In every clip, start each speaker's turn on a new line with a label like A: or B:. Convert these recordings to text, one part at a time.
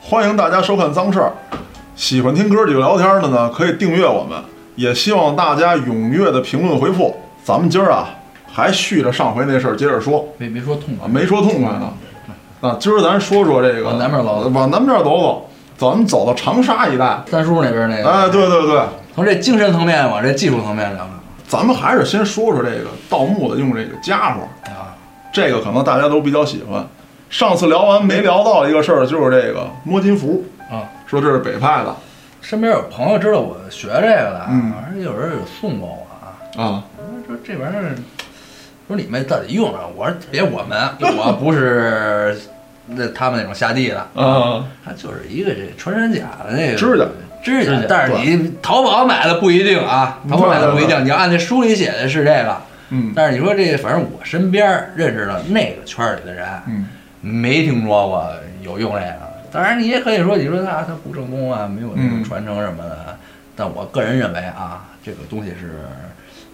A: 欢迎大家收看脏事儿。喜欢听哥几个聊天的呢，可以订阅我们，也希望大家踊跃的评论回复。咱们今儿啊，还续着上回那事儿接着说
B: 别别说痛
A: 啊，
B: 快，
A: 没说痛快呢。那今儿咱说说这个，
B: 往南边走走
A: 往南边走走，咱们走到长沙一带。
B: 三叔那边那个，
A: 哎，对对对，
B: 从这精神层面往这技术层面聊聊
A: 咱们还是先说说这个盗墓的用这个家伙，
B: 啊，
A: 这个可能大家都比较喜欢。上次聊完没聊到一个事儿，就是这个摸金符
B: 啊，
A: 说这是北派的
B: 身边有朋友知道我学这个的，
A: 嗯
B: 而且有人有送过我啊，
A: 啊，
B: 说这玩意儿，说你们到底用上？我说别我们，我不是那他们那种下地的，
A: 啊，
B: 他就是一个这穿山甲的那个
A: 指甲。
B: 指
C: 指
B: 甲
C: 甲，
B: 但是你淘宝买的不一定啊，淘宝买的不一定。你要按那书里写的是这个，
A: 嗯
B: 但是你说这，反正我身边认识的那个圈里的人，啊
A: 嗯，
B: 没听说过有用这个。当然，你也可以说，你说他他不正宗啊，没有那
A: 嗯
B: 种传承什么的。啊但我个人认为啊，这个东西是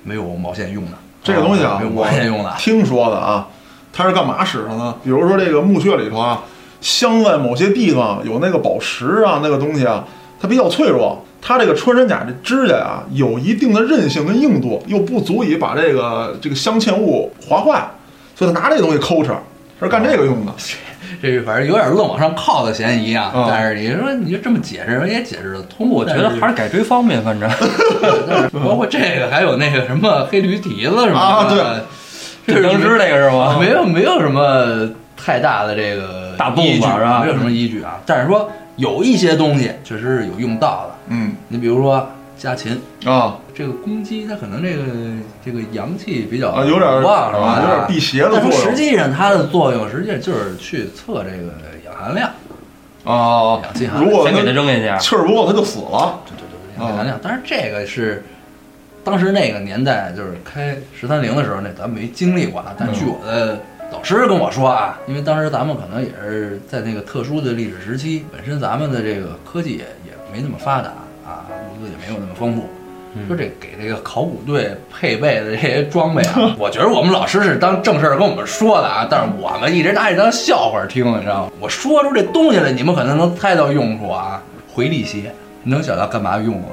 B: 没有毛线用的。
A: 这个东西啊，
B: 没有
A: 我
B: 毛线嗯用的。
A: 听说的啊，它是干嘛使的呢？比如说这个墓穴里头啊，镶在某些地方有那个宝石啊，那个东西啊，它比较脆弱。它这个穿山甲这指甲啊，有一定的韧性跟硬度，又不足以把这个这个镶嵌物划坏，所以它拿这个东西抠着，它是干这个用的。
B: 这反正有点愣往上靠的嫌疑啊。
A: 啊
B: 但是你说你就这么解释，也解释得通。
C: 我觉得还是改锥方便， 反正
B: 但是包括这个，还有那个什么黑驴蹄子什么的
A: 啊对，
B: 这
C: 这
B: 是
C: 能知那个是
A: 啊
C: 吗？
B: 没有没有什么太大的这个
C: 大动
B: 依据
C: 作是吧
B: 没有什么依据啊。但是说有一些东西确实是有用到的，
A: 嗯
B: 你比如说家禽，
A: 啊
B: 这个公鸡它可能这个这个阳气比较
A: 啊，有点
B: 旺是吧？
A: 啊有点辟邪的
B: 但
A: 作
B: 是实
A: 用
B: 际上它的作用，实际上就是去测这个氧含量，
A: 啊
B: 氧气。含
A: 如
B: 量，
A: 果
C: 哦先给它
A: 它
C: 扔
B: 啊
C: 下去。
A: 气儿不够，它就死了。
B: 对对对，氧气含量。但是这个是当时那个年代，就是开十三陵的时候，那咱没经历过啊。但据我的老师跟我说啊，因为当时咱们可能也是在那个特殊的历史时期，本身咱们的这个科技也也没那么发达啊，物资也没有那么丰富。说这给这个考古队配备的这些装备 啊，我觉得我们老师是当正事儿跟我们说的啊，但是我们一直拿这当笑话听，你知道吗？我说出这东西来，你们可能能猜到用处啊。回力鞋，你能想到干嘛用吗？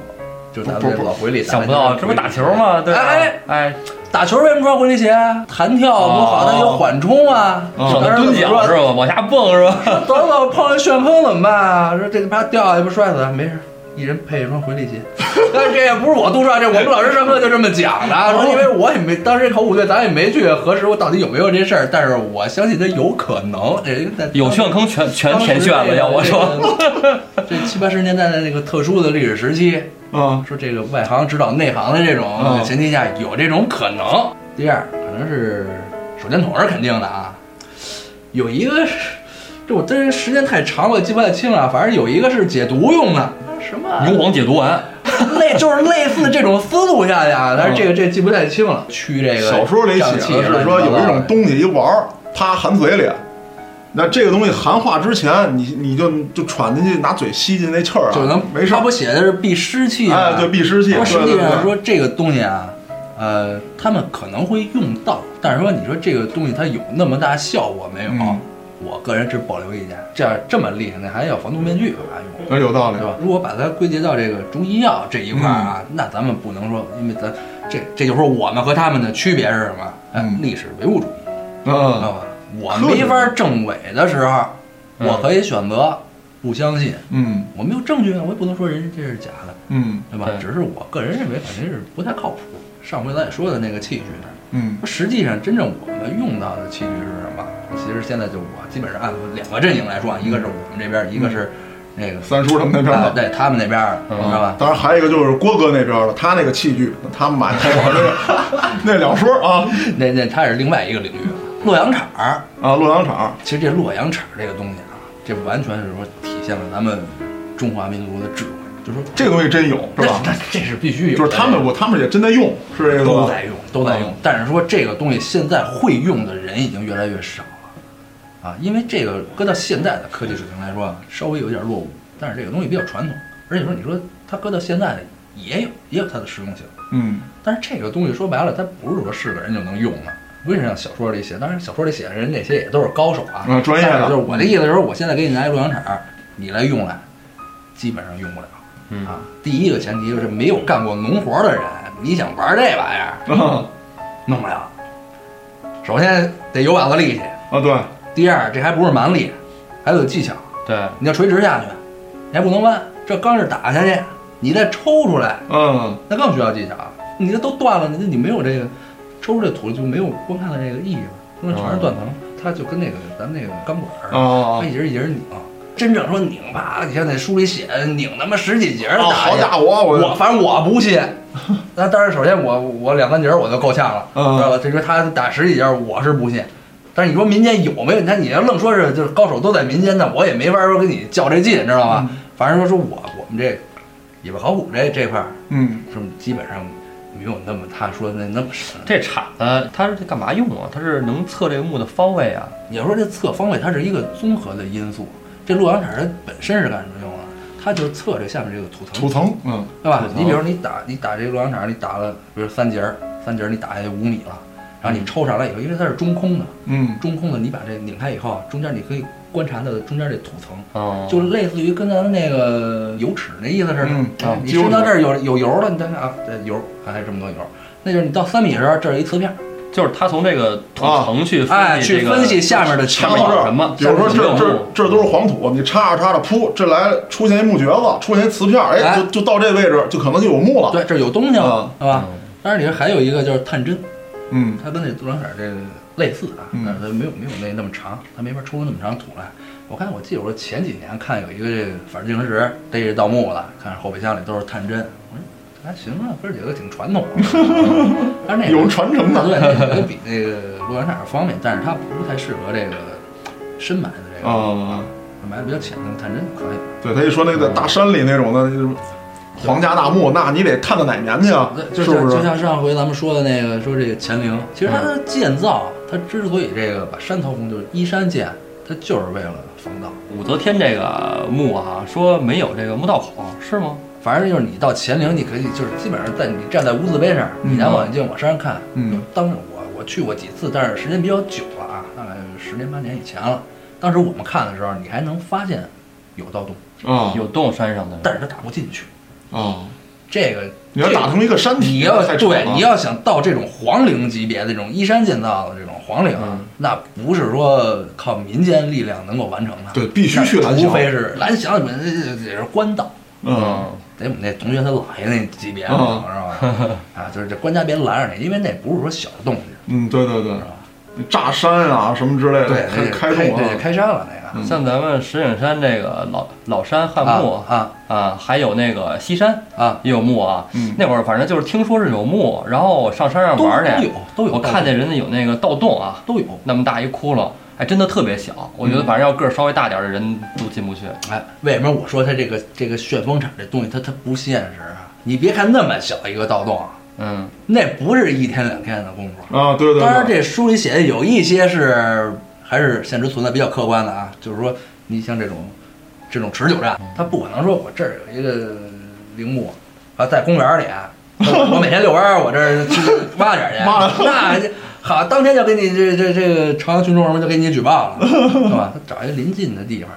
B: 就是咱们这老回力，
C: 想不到，这不打球？吗？对吧，
B: 哎
C: 哎，
B: 打球为什么穿回力鞋啊？弹跳多
C: 哦
B: 好，它有缓冲啊。
C: 手
B: 当
C: 能
B: 时怎
C: 哦
B: 么说
C: 蹲脚是吧？往下蹦是吧？
B: 等我碰上旋风怎么办啊？说这个怕掉下去不摔死啊？没事，一人配一双回力鞋。 但是这也不是我杜撰，这我们老师上课就这么讲 的啊。说因为我也没当时考古队，咱也没去核实我到底有没有这事儿，但是我相信他有可能。这因为在
C: 有炫坑全全填炫了，要我说，
B: 当时这个，这七八十年代的那个特殊的历史时期，
A: 啊
B: 说这个外行指导内行的这种
A: 嗯
B: 前提下，有这种可能。第二，可能是手电筒是肯定的啊，有一个是，这我真是时间太长了，记不太清了。啊反正有一个是解毒用 的，什么
C: 牛黄解毒丸，
B: 类就是类似这种思路下去啊，但是这个这记不太清了。驱这个
A: 小说里写
B: 胀
A: 的
B: 气啊
A: 是说有一种东西一玩儿，啪含嘴里，那这个东西含化之前，你你就就喘进去，拿嘴吸进那气儿啊，
B: 就能
A: 没事
B: 他
A: 儿
B: 不。写的是避湿气啊吗
A: 哎，对，避湿气。对
B: 说实
A: 对
B: 际上
A: 对，
B: 说这个东西啊，呃，他们可能会用到，但是说你说这个东西它有那么大效果没有？
A: 嗯
B: 我个人持保留意见。这样这么厉害，那还要防毒面具干嘛用？
A: 哎有道理
B: 对。吧？如果把它归结到这个中医药这一块儿啊，
A: 嗯
B: 那咱们不能说，因为咱这这就是我们和他们的区别是什么？哎
A: 嗯
B: 历史唯物主义，知道
A: 嗯
B: 吧？我没法证伪的时候，
C: 嗯
B: 我可以选择不相信，
A: 嗯
B: 我没有证据啊，我也不能说人家这是假的。
A: 嗯
B: 对吧？
C: 对
B: 只是我个人认为，肯定是不太靠谱。上回咱也说的那个器具呢，
A: 嗯
B: 实际上真正我们用到的器具是什么？其实现在就我基本上按两个阵营来说，啊，一个是我们这边，一
A: 嗯
B: 个是那个
A: 三叔他们那边
B: 啊
A: 的。
B: 对啊他们那边，
C: 嗯
B: 知道吧？
A: 当然，还有一个就是郭哥那边的，他那个器具，他买那会儿 那个那两说啊
B: 那那它是另外一个领域。洛阳铲儿，
A: 啊，洛阳厂，
B: 其实这洛阳铲儿这个东西啊，这完全是说体现了咱们中华民族的智慧，就说
A: 这个东西真有是吧？
B: 这这是必须有的，哎
A: 就是他们，我他们也真在用，是这个
B: 都
A: 吧？嗯
B: 在用，都在用。但是说这个东西现在会用的人已经越来越少了，啊，因为这个搁到现在的科技水平来说啊，稍微有点落伍。但是这个东西比较传统，而且说你说它搁到现在也有也有它的实用性。
A: 嗯
B: 但是这个东西说白了，它不是说是个人就能用的。为什么像小说里写？当然，小说里写的人那些也都是高手啊，
A: 啊专业的
B: 但是就是我的意思，就是我现在给你拿一洛阳铲儿，你来用来，基本上用不了。
C: 嗯
B: 啊，第一个前提就是没有干过农活的人，你想玩这玩意儿
A: 啊
B: 弄不了。首先得有把子力气，
A: 啊，对，
B: 第二这还不是蛮力，还得有技巧。
C: 对，
B: 你要垂直下去，你还不能弯，这刚是打下去，你再抽出来，
A: 嗯，
B: 那更需要技巧。你这都断了，你你没有这个抽出这土就没有观看的这个意义了，因为全是断层，它就跟那个咱们那个钢管儿，它
A: 哦，
B: 一节一节拧。真正说拧吧，你像那书里写的拧他妈十几节儿
A: 哦
B: 打
A: 好
B: 下去，
A: 家伙，
B: 我
A: 我
B: 反正我不信。 那当然，首先我我两三节儿我就够呛了，
A: 嗯
B: 知道吧？这说他打十几节儿，我是不信。但是你说民间有没有？你看你要愣说是就是高手都在民间呢，我也没法说跟你较这劲，知道吧？反正说说我我们这尾巴考古这这块儿
A: 嗯，
B: 是基本上没有那么他说的那那么神。
C: 这铲子它是干嘛用啊？它是能测这个墓的方位啊？
B: 你要说这测方位，它是一个综合的因素。这洛阳铲它本身是干什么用的？它就是测这下面这个土层
A: 土层，嗯，
B: 对吧
C: 吐？槽
B: 你比如你打你打这个洛阳铲，你打了，比如三节儿，三节儿你打下去五米了，然
C: 嗯
B: 后你抽上来以后，因为它是中空的，
A: 嗯，
B: 中空的你把这拧开以后，啊中间你可以观察到中间这土层，
C: 嗯，
B: 就类似于跟咱们那个油尺那意思似的。
A: 嗯
B: 哎
C: 啊
B: 你伸到这儿有有油了，你再看啊，这油还还这么多油，那就是你到三米的时候，这是一瓷片儿，
C: 就是它从这个土层去
B: 哎，
C: 析
B: 去
C: 这个
B: 分析下面的
C: 下
B: 墙
C: 面
A: 墙
C: 有
A: 是
C: 什么？
A: 比如说
C: 下面有
A: 这
C: 没有
A: 这
C: 墓
A: 这都是黄土，你插着插着铺，这来出现一木橛子，出现一瓷片儿，哎，
B: 哎
A: 就就到这位置，就可能就有墓了。
B: 对，这有东西了
C: 嗯
A: 啊，
B: 对吧？当然，里边还有一个就是探针，
A: 嗯
B: 它跟那杜兰色这个类似啊，
A: 嗯
B: 但是它没有没有那那么长，它没法抽出那么长土来。我看我记得我前几年看有一个这个反正石逮着盗墓的，看后备箱里都是探针，我说这还行啊，哥儿几个挺传统的， 但是那个
A: 有传承的
B: 对，那个比那个洛阳铲方便，但是它不太适合这个深埋的这个，
A: 啊，
B: 埋的比较浅的那个探针可以。
A: 对他一说那
B: 嗯
A: 个在大山里那种的，就是皇家大墓，那你得探到哪年去啊
B: 对，？就是像
A: 不？
B: 就是像上回咱们说的那个，说这个乾陵，其实它的建造，它之所以这个把山掏空，就是依山建，它就是为了防盗。
C: 武则天这个墓啊，说没有这个墓道口是吗？
B: 反正就是你到乾陵，你可以就是基本上在你站在屋子碑上，
A: 嗯
B: 你拿望远镜往山上看。
A: 嗯，
B: 当时我我去过几次，但是时间比较久了啊，大概十年八年以前了。当时我们看的时候，你还能发现有盗洞，
A: 啊
C: 有洞山上的，
B: 但是它打不进去。
A: 啊，
B: 这个
A: 你要
B: 这个
A: 打成一个山体，
B: 你要
A: 太扯
B: 对
A: 了
B: 你要想到这种皇陵级别的这种依山建造的这种皇陵，
C: 嗯
B: 那不是说靠民间力量能够完成的，
A: 对必须去蓝
B: 那
A: 翔
B: 除非是蓝翔，你们这这也是官道，
A: 嗯。
B: 得我们那同学他姥爷那级别，
A: 嗯
B: 是吧？啊，就是这官家别拦着你，因为那不是说小东西，
A: 嗯，对对对
B: 吧，
A: 炸山啊什么之类的，
B: 对，那
A: 开开
B: 是对
A: 洞
B: 对
A: 啊，
B: 开山了那
A: 嗯
C: 像咱们石景山这个老老山汉
B: 个
C: 墓
B: 啊啊
C: 啊，还有那个西山
B: 啊，
C: 也有墓啊。
A: 嗯
C: 那会儿反正就是听说是有墓，然后上山上
B: 都
C: 玩儿
B: 啊都
C: 去
B: 有，都有，
C: 我看见人家有那个盗洞啊，
B: 都有。
C: 那么大一窟窿，还真的特别小。我
B: 嗯
C: 觉得反正要个儿稍微大点儿的人都进不去。
B: 哎，为什么我说它这个这个旋风铲这东西它它不现实啊？你别看那么小一个盗洞啊，
C: 嗯，
B: 那不是一天两天的功夫。
A: 啊，对对
B: 当然，
A: 对，
B: 这书里写的有一些是还是现实存在比较客观的啊，就是说你像这种这种持久战，
A: 嗯
B: 他不可能说我这儿有一个陵墓啊，在公园里啊，我我每天遛弯儿，我这儿去挖点儿去，
A: 挖
B: 那好，当天就给你这这这个朝阳群众什么就给你举报了，对吧？他找一个临近的地方，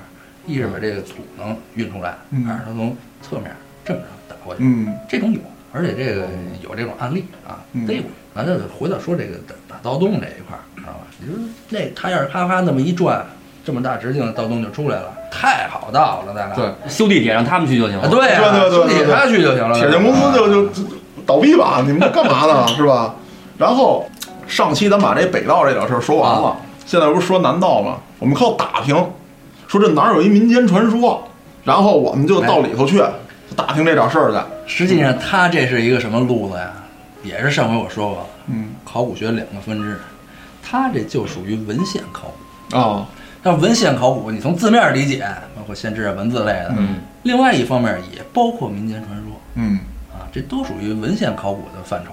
B: 一是把这个土能运出来，
A: 嗯
B: 二是他从侧面正着打过去。
A: 嗯
B: 这种有，而且这个有这种案例啊
A: 嗯，
B: 逮过。咱就回到说这个打打盗洞这一块儿，知道吧？你说那他要是咔咔那么一转，这么大直径的盗洞就出来了，太好盗了，咱俩
A: 对
C: 啊修地铁让他们去就行
B: 啊，
C: 了。
B: 对啊，
A: 对对对对对
B: 兄弟他去就行了。啊
A: 铁建公司就就就倒闭吧，你们这干嘛呢，是吧？然后上期咱把这北道这点事儿说完了
B: 啊，
A: 现在不是说南道吗？我们靠打听，说这哪儿有一民间传说，然后我们就到里头去
B: 哎
A: 打听这点事儿去，
B: 实际上他这是一个什么路子呀？也是上回我说过，
A: 嗯
B: 考古学两个分支，他这就属于文献考古。
A: 啊，
B: 但文献考古，你从字面理解，包括先知啊文字类的，
A: 嗯
B: 另外一方面也包括民间传说。
A: 嗯
B: 啊，这都属于文献考古的范畴，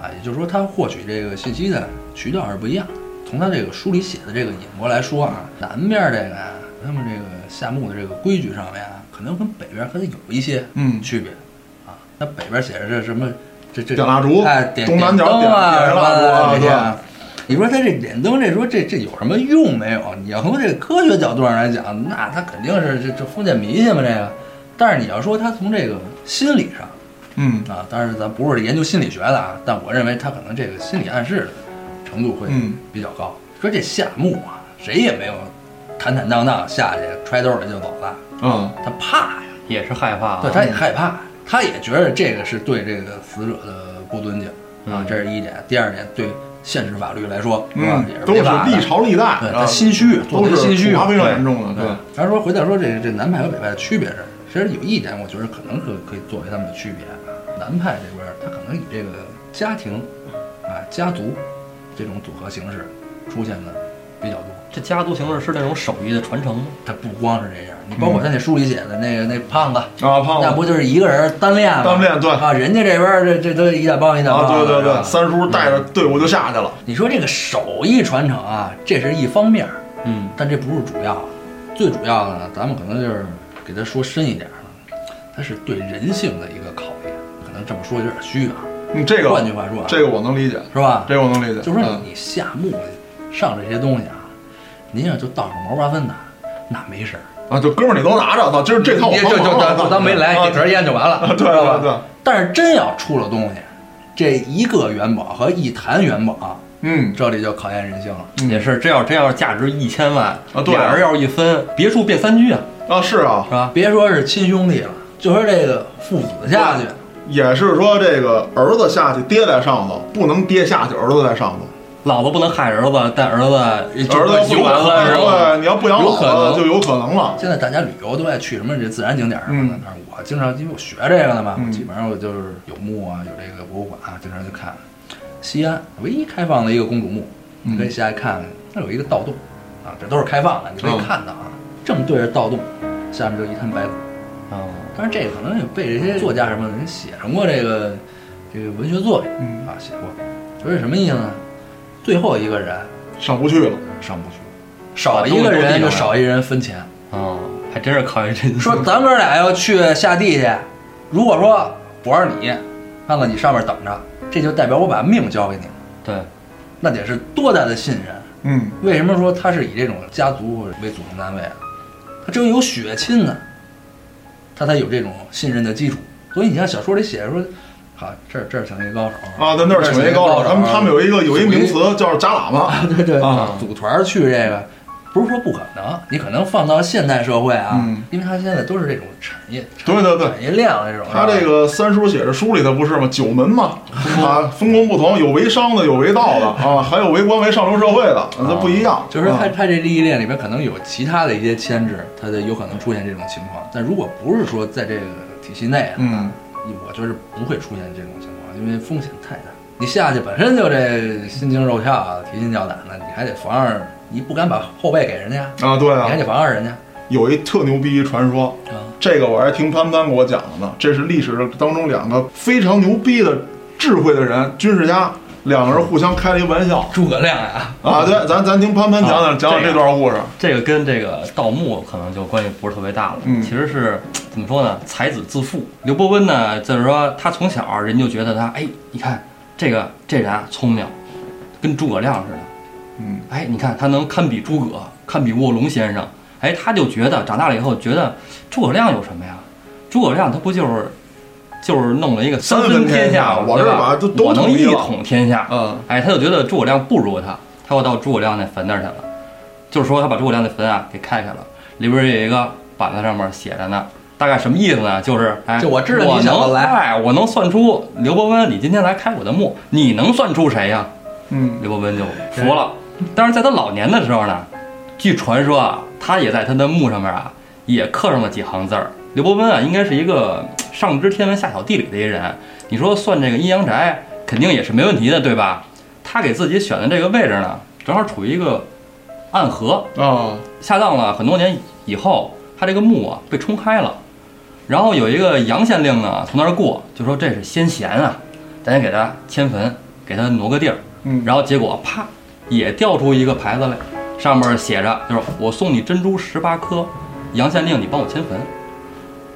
B: 啊，也就是说，它获取这个信息的渠道是不一样的。从它这个书里写的这个引过来说啊，南面这个啊，他们这个夏墓的这个规矩上面啊，可能跟北边可能有一些
A: 嗯，
B: 区别啊。那北边写着这什么这这
A: 点蜡烛
B: 哎，点
A: 东南角
B: 点灯啊
A: 点点
B: 什
A: 蜡
B: 么
A: 烛啊
B: 的这些
A: 对
B: 啊。你说他这点灯，这说这这有什么用没有？你要从这个科学角度上来讲，那他肯定是这这封建迷信嘛，这个。但是你要说他从这个心理上，
A: 嗯
B: 啊，当然咱不是研究心理学的啊，但我认为他可能这个心理暗示的程度会
A: 嗯
B: 比较高。说这夏目啊，谁也没有坦坦荡荡下去揣兜里就走了，
A: 啊
B: 他怕呀，
C: 也是害怕啊。
B: 对，他也害怕，他也觉得这个是对这个死者的不尊敬啊
C: 嗯，
B: 这是一点。第二点，对现实法律来说，是
A: 嗯，
B: 吧也是
A: 都
B: 违
A: 是
B: 法的
A: 历朝历代
B: 对
A: 啊
B: 他，心虚，做
A: 都
B: 贼
A: 是
B: 心虚
A: 处罚非常
C: 对
A: 严重的，
B: 对，咱说回到说这这南派和北派的区别是，其实有一点，我觉得可能可可以作为他们的区别啊。南派这边儿，他可能以这个家庭啊、家族这种组合形式出现的比较多。
C: 这家族形式是那种手艺的传承吗？
B: 他不光是这样，你包括他那书里写的那个那胖子，
A: 对啊，嗯胖
B: 那
A: 子
B: 不就是一个人单恋吗？
A: 单恋对
B: 啊，人家这边儿这这都一大帮一大帮
A: 啊，对
B: 的，
A: 对
B: 是
A: 对，
B: 吧嗯
A: 三叔带着队伍就下去了，
B: 你说这个手艺传承啊，这是一方面儿，
C: 嗯，
B: 但这不是主要的，最主要的呢，咱们可能就是给他说深一点儿了，它是对人性的一个考验。可能这么说有点虚啊，
A: 嗯，这个
B: 换句话说啊
A: 这个我能理解，
B: 是吧？
A: 这个我能理解，
B: 就说
A: 嗯
B: 你你下墓上这些东西啊，您要就倒上毛八分的，那没事儿，
A: 啊，就哥们儿你都拿着，操，今儿这趟我
B: 你就就
A: 帮忙
B: 就
A: 了
B: 就当没来，
A: 啊
B: 点根烟就完了，
A: 啊对
B: 知道吧？
A: 对对
B: 但是真要出了东西，这一个元宝和一坛元宝，
A: 嗯，
B: 这里就考验人性了。
A: 嗯
C: 也是，这要真要是价值一千万
A: 啊对啊
C: 俩人要是一分，别墅变三居啊，
A: 啊是啊，
C: 是吧？
B: 别说是亲兄弟了，就说这个父子下去，
A: 也是说这个儿子下去，爹在上头，不能爹下去，儿子在上头。
C: 老子不能害儿子，但儿子就
A: 儿子
C: 游
A: 不
C: 完
A: 养
C: 了，然后
A: 对，你要不养
C: 有可
A: 老
C: 能
A: 子就有可能了。
B: 现在大家旅游都爱去什么这自然景点什么的
A: 嗯，
B: 但是我经常因为我学这个的嘛，
A: 嗯
B: 我基本上我就是有墓啊，有这个博物馆啊，经常去看。西安唯一开放的一个公主墓，
A: 嗯
B: 你可以下来看看，那有一个盗洞啊，这都是开放的，你可以
A: 嗯
B: 看到啊，正对着盗洞，下面就一滩白骨。
C: 哦
B: 但是这个可能也被这些作家什么的人写上过这个这个文学作品
A: 嗯，
B: 啊，写过，说是什么意思呢？最后一个人
A: 上不去了。
B: 上不去，少一个人就少一人分钱。
C: 哦，还真是考验真
A: 嗯
B: 说咱哥俩要去下地去，如果说我是你，看到你上面等着，这就代表我把命交给你了，
C: 对，
B: 那得是多大的信任？
A: 嗯，
B: 为什么说他是以这种家族为组成单位啊？他只有有血亲呢，他才有这种信任的基础。所以你看小说里写着说，好，这儿这儿请一高手
A: 啊，在那儿请一高手，他们他们有一个有一名词叫假喇嘛。
B: 对对
A: 啊
B: 组团儿去这个，不是说不可能，你可能放到现代社会啊，
A: 嗯
B: 因为它现在都是这种产业，
A: 对对对
B: 产业链这种，
A: 他这个三叔写着书里头不是吗？九门嘛，啊，分工不同，有为商的，有为道的啊，还有为官为上流社会的，那不一样。
B: 就是
A: 啊
B: 它它这利益链里边可能有其他的一些牵制，它就有可能出现这种情况。但如果不是说在这个体系内啊，
A: 嗯，
B: 我觉得不会出现这种情况，因为风险太大。你下去本身就这心惊肉跳啊，提心吊胆的，你还得防着，你不敢把后背给人家，
A: 啊，对
B: 你还
A: 啊，
B: 得防着人家
A: 有一特牛逼一传说，
B: 啊。
A: 这个我还听潘潘给我讲的呢。这是历史当中两个非常牛逼的智慧的人，军事家，两个人互相开了一玩笑
B: 诸葛亮呀、
A: 啊。对，咱咱听潘潘讲讲、
C: 啊
A: 讲讲这段故事。
C: 这个跟这个盗墓可能就关系不是特别大了，
A: 嗯
C: 其实是怎么说呢？才子自负。刘伯温呢，就是说他从小人就觉得他，哎，你看这个这人啊聪明，跟诸葛亮似的，
A: 嗯，
C: 哎，你看他能堪比诸葛，堪比卧龙先生，哎，他就觉得长大了以后觉得诸葛亮有什么呀？诸葛亮他不就是就是弄了一个
A: 三分
C: 分
A: 天下
C: 下嘛，
A: 我
C: 对
A: 这
C: 吧
A: 把都都
C: 我能
A: 统一
C: 一
A: 了
C: 统天下，
A: 嗯
C: 哎，他就觉得诸葛亮不如他，他又到诸葛亮那坟那儿去了，就是说他把诸葛亮那坟啊给开开了，里边有一个板子上面写着呢，大概什么意思呢？就是哎，
B: 就我知道你
C: 我
B: 想
C: 能
B: 不来
C: 哎，我能算出刘伯温，你今天来开我的墓，你能算出谁呀、
A: 嗯
C: 刘伯温就服了。但是在他老年的时候呢，据传说啊，他也在他的墓上面啊，也刻上了几行字儿。刘伯温啊，应该是一个嘖上知天文下晓地理的一人。你说算这个阴阳宅，肯定也是没问题的，对吧？他给自己选的这个位置呢，正好处于一个暗河，
A: 啊
C: 下葬了很多年以后，他这个墓啊被冲开了，然后有一个杨县令呢从那儿过，就说这是先贤啊，咱也给他迁坟，给他挪个地儿。
A: 嗯，
C: 然后结果啪，也掉出一个牌子来，上面写着就是我送你珍珠十八颗，杨县令你帮我迁坟。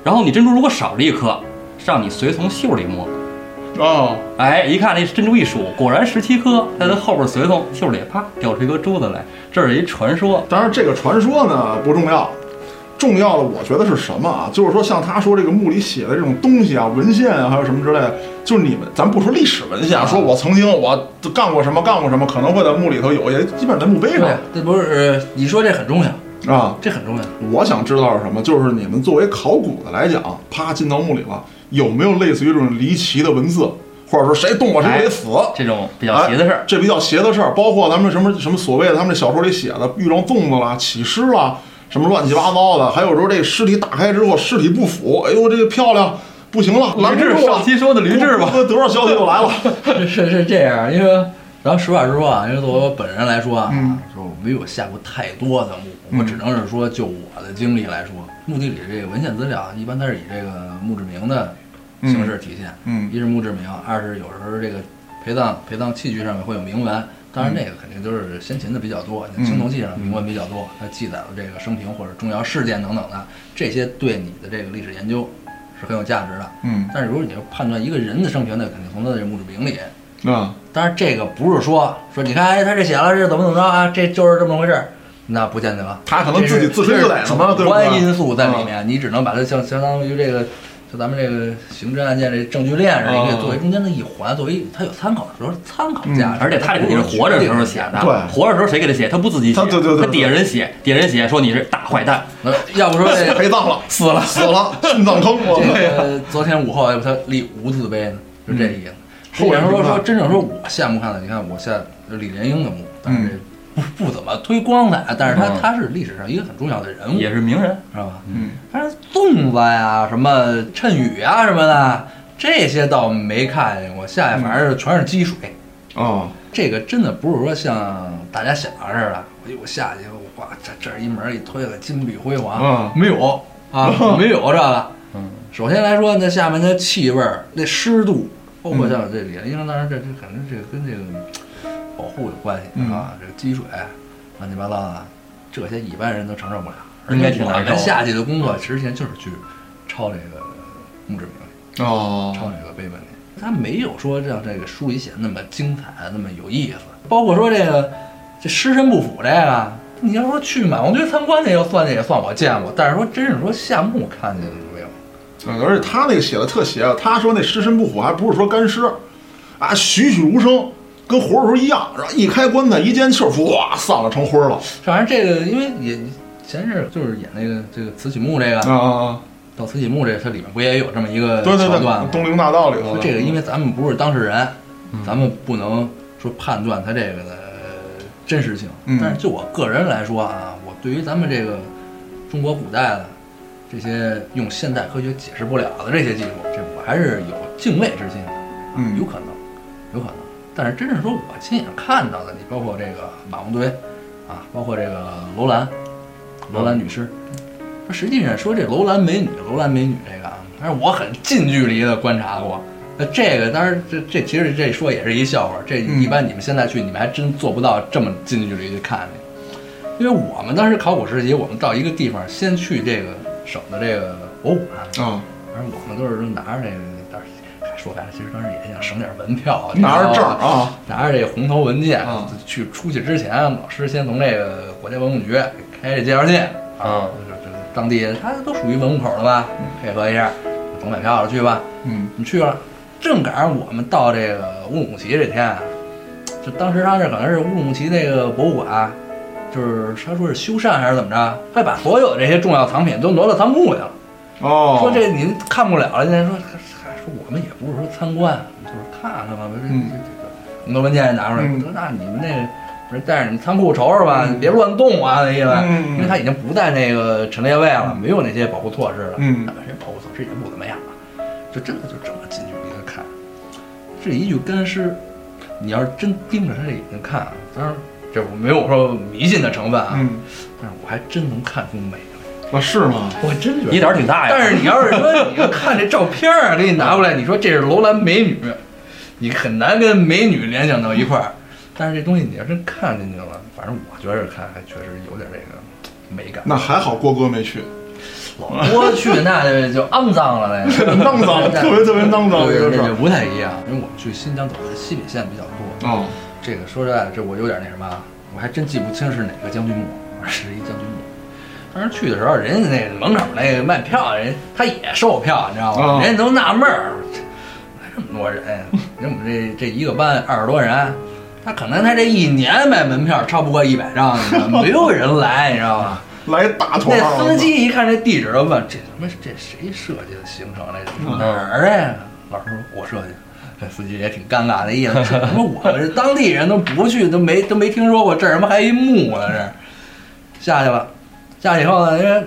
C: 然后你珍珠如果少了一颗，让你随从袖里摸。
A: 哦，
C: 哎，一看那珍珠一数，果然十七颗，在他后边随从袖里啪掉出一颗珠子来，这是一传说。
A: 当然，这个传说呢不重要，重要的我觉得是什么啊？就是说，像他说这个墓里写的这种东西啊、文献啊，还有什么之类的，就是你们，咱不说历史文献啊，说我曾经我干过什么、干过什么，可能会在墓里头有，也基本在墓碑上
B: 对，这不是呃你说这很重要，
A: 啊。
B: 这很重要。
A: 我想知道是什么，就是你们作为考古的来讲，啪进到墓里了，有没有类似于这种离奇的文字，或者说谁动我谁得死？
C: 这种比较哎邪的事儿
A: 哎，这比较邪的事儿，包括咱们什么什么所谓的他们这小说里写的遇上粽子啦、起尸啦，什么乱七八糟的，还有说这尸体打开之后尸体不腐，哎呦这个漂亮，不行 了，拦
C: 驴
A: 不
C: 志
A: 住了
C: 上，期说的驴 志 吧，
A: 多多少消息又来了，
B: 是是是这样，因为然后实话实说啊，因为作为我本人来说啊，
A: 嗯
B: 说我没有下过太多的墓，我只能是说就我的经历来说，墓地里这个文献资料一般它是以这个墓志铭的形式体现，
A: 嗯
B: 一是墓志铭，二是有时候这个陪葬陪葬器具上面会有铭文。
A: 嗯
B: 当然，那个肯定都是先秦的比较多，像青铜器上铭文比较多，它记载了这个生平或者重要事件等等的，这些对你的这个历史研究是很有价值的。
A: 嗯
B: 但是如果你要判断一个人的生平，那肯定从他的这墓志铭里。
A: 啊，
B: 当然，这个不是说说你看，哎，他这写了，这怎么怎么着啊，这就是这么回事儿，那不见得。
A: 他可能自己自吹自擂了嘛，对不
B: 主
C: 嗯
B: 观因
A: 对？
B: 素在里面，你只能把它相相当于这个，就咱们这个刑侦案件这证据链似的，
A: 哦
B: 你给作为中间的一环，作为它有参考的时候参考价值。
C: 嗯而且他这肯定是活着的时候写的，
A: 对
C: 活着的时候谁给他写？他不自己写，
A: 他对对对对
C: 他底下人写，底下人写说你是大坏蛋，
B: 呃，要不说这
A: 陪葬了，
C: 死了。
A: 死了，殉葬 坑，我
B: 这
A: 们
B: 个 昨天午后，要不他立无字碑呢，就这意思。
A: 嗯
B: 后人
A: 后人
B: 说
A: 评判
B: 说，真正说我下墓看的，你看我下李莲英的墓，但是这不不怎么推光彩，但是他
C: 嗯
B: 他是历史上一个很重要的人物，
C: 也是名人，
B: 是吧？
A: 嗯，
B: 但是粽子呀、什么谶语啊、什么的，这些倒没看见过。下去反正是全是积水，
A: 啊，
B: 这个真的不是说像大家想的似的，我一我下去，哇，这这一门一推了，金碧辉煌，
A: 嗯
B: 没有啊，没有这个。
C: 嗯，
B: 首先来说，那下面的气味儿、那湿度，包
C: 嗯
B: 括像这里，因为当然这这肯定这个跟这个保护有关系、
C: 嗯
B: 啊，这个积水乱七八糟的，这些一般人都承受不了。而
C: 应该
B: 且
C: 挺
B: 我
C: 难受
B: 们
C: 的
B: 下去的工作之前就是去抄这个墓志铭。
A: 哦，
B: 抄这个碑文里，他没有说让这个书里写得那么精彩，那么有意思。包括说这个这尸身不腐这个，你要说去满王堆参观那要算这也算我见过，但是说真是说夏目看见了没有？
A: 嗯，而且他那个写的特邪，他说那尸身不腐还不是说干尸，啊，栩栩如生，跟活的时候一样，然后一开棺材一咽气儿，哇，散了成灰儿了。
B: 反正这个因为也前阵儿就是演那个这个慈禧墓这个，
A: 啊啊
B: 到慈禧墓这它里面不也有这么一个
A: 啊！对对
B: 呃桥
A: 对
B: 段吗，？
A: 东陵大道里头
B: 说
A: 的。
B: 这个因为咱们不是当事人，咱们不能说判断它这个的呃真实性。
A: 嗯
B: 但是就我个人来说啊，我对于咱们这个中国古代的这些用现代科学解释不了的这些技术，这我还是有敬畏之心的。
A: 嗯
B: 有可能，有可能。但是真是说我亲眼看到的，你包括这个马王堆啊，包括这个楼兰，楼
A: 嗯
B: 兰女尸。说实际上说这楼兰美女，楼兰美女这个啊，但是我很近距离的观察过。那这个当然这这其实这说也是一笑话，这
A: 嗯
B: 一般你们现在去你们还真做不到这么近距离去看去，因为我们当时考古实习，我们到一个地方先去这个省的这个博物馆，
A: 啊，
B: 而我们都是拿着这个，当时说白了，其实当时也想省点门票，
A: 拿着证儿
B: 然后
A: 啊，
B: 拿着这红头文件、
A: 啊
B: 去出去之前，老师先从这个国家文物局给开这介绍信
A: 嗯
C: 啊
B: 就是这当地他都属于文物口了吧，配合一下，总买票了去吧。
A: 嗯
B: 我们去了，正赶上我们到这个乌鲁木齐这天啊，就当时他这可能是乌鲁木齐那个博物馆，就是他说是修缮还是怎么着，快把所有这些重要藏品都挪到仓库去了。
A: 哦，
B: 说这您看不了了，现在说还说我们也不是说参观，就是看看吧。不是
A: 嗯
B: 这这这红头文件拿出来，
A: 嗯
B: 我说那你们那个不是带着你们仓库瞅瞅吧，你别乱动啊，那意思。
A: 嗯
B: 因为他已经不在那个陈列位了，没有那些保护措施了。
A: 嗯
B: 那本身保护措施也不怎么样啊，就真的就这么近距离的看，这一具干尸，你要是真盯着他这眼睛看啊，当然这我没有说迷信的成分啊，
A: 嗯，
B: 但是我还真能看出美来。
A: 啊是吗？
B: 我真觉得
C: 你胆儿挺大呀。
B: 但是你要是说 你要看这照片儿，啊给你拿过来，你说这是楼兰美女，你很难跟美女联想到一块儿。但是这东西你要真看进去了，反正我觉得看还确实有点这个美感。
A: 那还好，郭哥没去。
B: 老郭去那那就肮脏了 那个，
A: 肮脏，特别特别肮脏这
B: 对，
A: 个事
B: 这就
A: 儿。
B: 不太一样，因为我们去新疆走的西北线比较多。
A: 哦，
B: 这个说实在的，这我有点那什么啊，我还真记不清是哪个将军墓，是一将军墓。当时去的时候，人家那门口那个卖票人他也售票，你知道吗？
A: 啊
B: 人家都纳闷儿，来这么多人，人我们这这一个班二十多人，他可能他这一年卖门票超不过一百张，你知道吗没有人来，你知道吗？
A: 来一大团儿
B: 那
A: 啊，
B: 司机一看这地址，都问这他妈这谁设计的行程来着？哪儿呀？老师说我设计的。这司机也挺尴尬的意思，这他妈我是当地人都不去，都没都没听说过这儿他妈还一墓呢，这儿下去了，下去以后呢，因为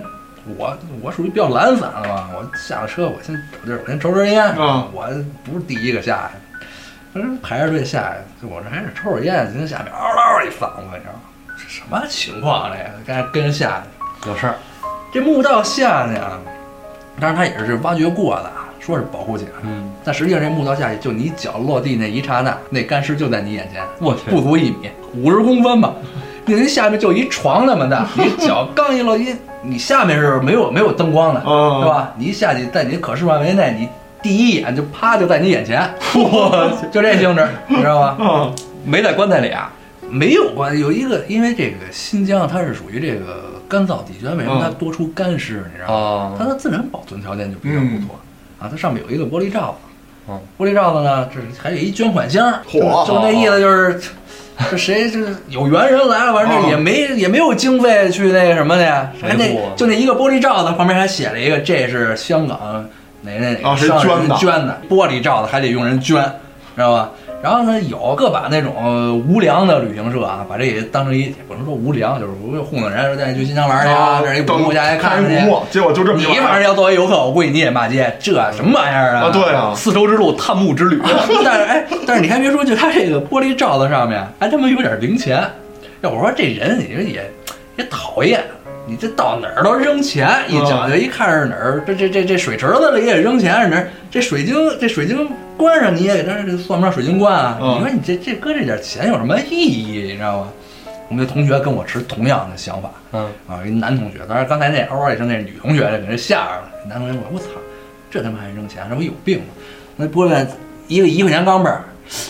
B: 我我属于比较懒散了嘛，我下了车我先找地儿，我先抽根烟，
A: 啊
B: 我不是第一个下去。反正排着队下去，我这还是抽着烟，听下面嗷嗷一嗓子，你知道吗？这什么情况啊这个？跟着跟着下去，
C: 有事儿，
B: 这墓道下去啊，当然它也是挖掘过的啊，说是保护起来，
C: 嗯，
B: 但实际上这墓道下去，就你脚落地那一刹那，那干尸就在你眼前，
C: 我去，
B: 不足一米，五十公分吧，您下面就一床那么大，你脚刚一落地，你下面是没有没有灯光的，
A: 啊，
B: 是？吧？你一下去，在你可视范围内，你第一眼就啪就在你眼前， 就这性质，你知道吗？
A: 啊，
C: 没在棺材里啊，
B: 没有关系，有一个，因为这个新疆它是属于这个干燥地区，为什么它
A: 嗯
B: 多出干尸？你知道吗？它
C: 哦，
B: 的自然保存条件就比较不错、啊。它上面有一个玻璃罩子，
C: 嗯
B: 玻璃罩子呢，这是还有一捐款箱，
A: 嚯
B: 就就那意思就是，这谁这有缘人来了，反正
A: 哦
B: 这也没也没有经费去那什么的呀，
C: 谁
B: 还那
C: 啊雇啊
B: 就那一个玻璃罩子旁边还写了一个这是香港哪哪哪
A: 啊
B: 个
A: 谁
B: 商
A: 捐
B: 人
A: 的
B: 捐的玻璃罩子还得用人捐，知道吧？然后呢，有个把那种呃无良的旅行社啊，把这也当成一，也不能说无良，就是糊弄人，说带你去新疆玩儿去啊，这儿一古墓家一
A: 看
B: 看
A: 一
B: 去
A: 古。墓，结果就这么
B: 你
A: 一玩意
B: 反正
A: 儿。
B: 要作为游客，我估计你也骂街，这什么玩意儿啊？
A: 啊对啊
C: 丝绸之路探墓之旅，
B: 但是哎，但是你还别说，就他这个玻璃罩子上面还他妈有点零钱。要我说这人，你说也也讨厌，你这到哪儿都扔钱，一
A: 嗯
B: 讲究一看是哪儿，这这这这水池子里也扔钱是哪儿，这水晶这水晶棺上你也给它这算不上水晶棺啊。
A: 嗯
B: 你说你这这搁这点钱有什么意义？你知道吗？我们的同学跟我持同样的想法，
C: 嗯，
B: 啊，一男同学，当然刚才那嗷嗷一声那女同学就给人吓着了。男同学我我操，这他妈还扔钱，这不有病吗？那玻璃碗一个一块钱钢镚儿，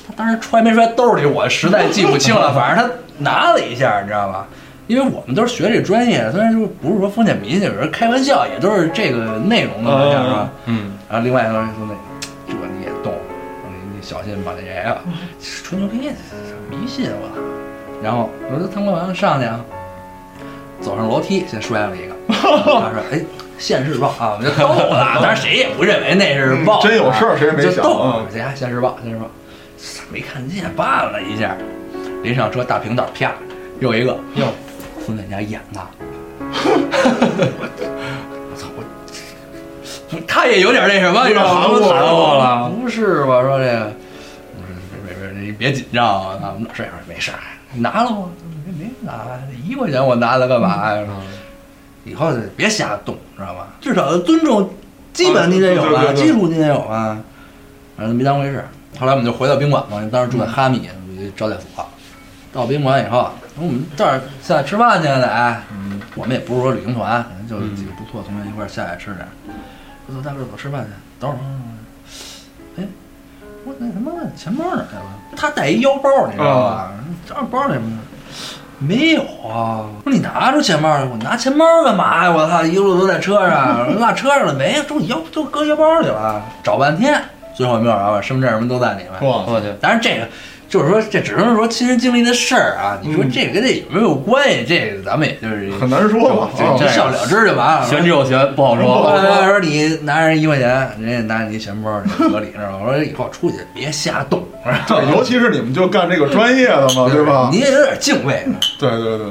B: 他当时揣没揣兜里，我实在记不清了，反正他拿了一下，你知道吧？因为我们都是学这专业，虽然说不是说封建迷信，有时候开玩笑也都是这个内容的玩笑，是吧？
C: 嗯，
B: 然后另外一个人说那，这你也懂，你你小心把那谁啊，吹牛逼，迷信啊我操！然后我说他妈完了上去啊，走上楼梯先摔了一个，他说哎，现世报啊，我就逗他，但是谁也不认为那是报，啊
A: 嗯真有事儿谁也没
B: 就
A: 想
B: 逗
A: 嗯
B: 我，这家现世报，现世报，没看见，扒拉一下，临上车大平道啪，又一个
C: 哟，
B: 孙在家演的。我操！我不他也有点那什么，你知道吗？
A: 有点含糊
C: 了
B: 不是吧？说这个，不是，别别别，你别紧张啊！我们哪事儿没事儿，拿了我没没拿，一块钱我拿了干嘛呀？以后别瞎动，知道吧？至少尊重，基本你得有吧，
A: 啊对对对对
B: 基础你得有吧。反正没当回事。后来我们就回到宾馆嘛，当时住在哈密，我就招待所。到宾馆以后，我们这儿下来吃饭去了，哎，我们也不是说旅行团，可能就是几个不错的同学一块儿下来吃点。我走大哥走吃饭去，等会儿。哎，我那什么钱包哪儿去了？他带一腰包，你知道吧？这包里面没有啊！我说你拿出钱包来，我拿钱包干嘛呀？我操，一路都在车上，落车上了没？这腰都搁腰包里了，找半天，最后没有办法，身份证什么都在里面。
A: 哇，
C: 我去，
B: 当然这个就是说，这只能是说亲身经历的事儿啊。你说
A: 嗯
B: 这跟这有没有关系？这个咱们也就是
A: 很难说吧？
B: 就
A: 啊
B: 一笑了之就完了。
C: 玄之又玄，不好
A: 不
C: 说
A: 好，
B: 我要说你拿人一块钱，人家拿你一钱包，你合理是吧？我说以后出去别瞎动，
A: 哎对，尤其是你们就干这个专业的嘛，对吧
B: 你？也有点敬畏。
A: 对对对，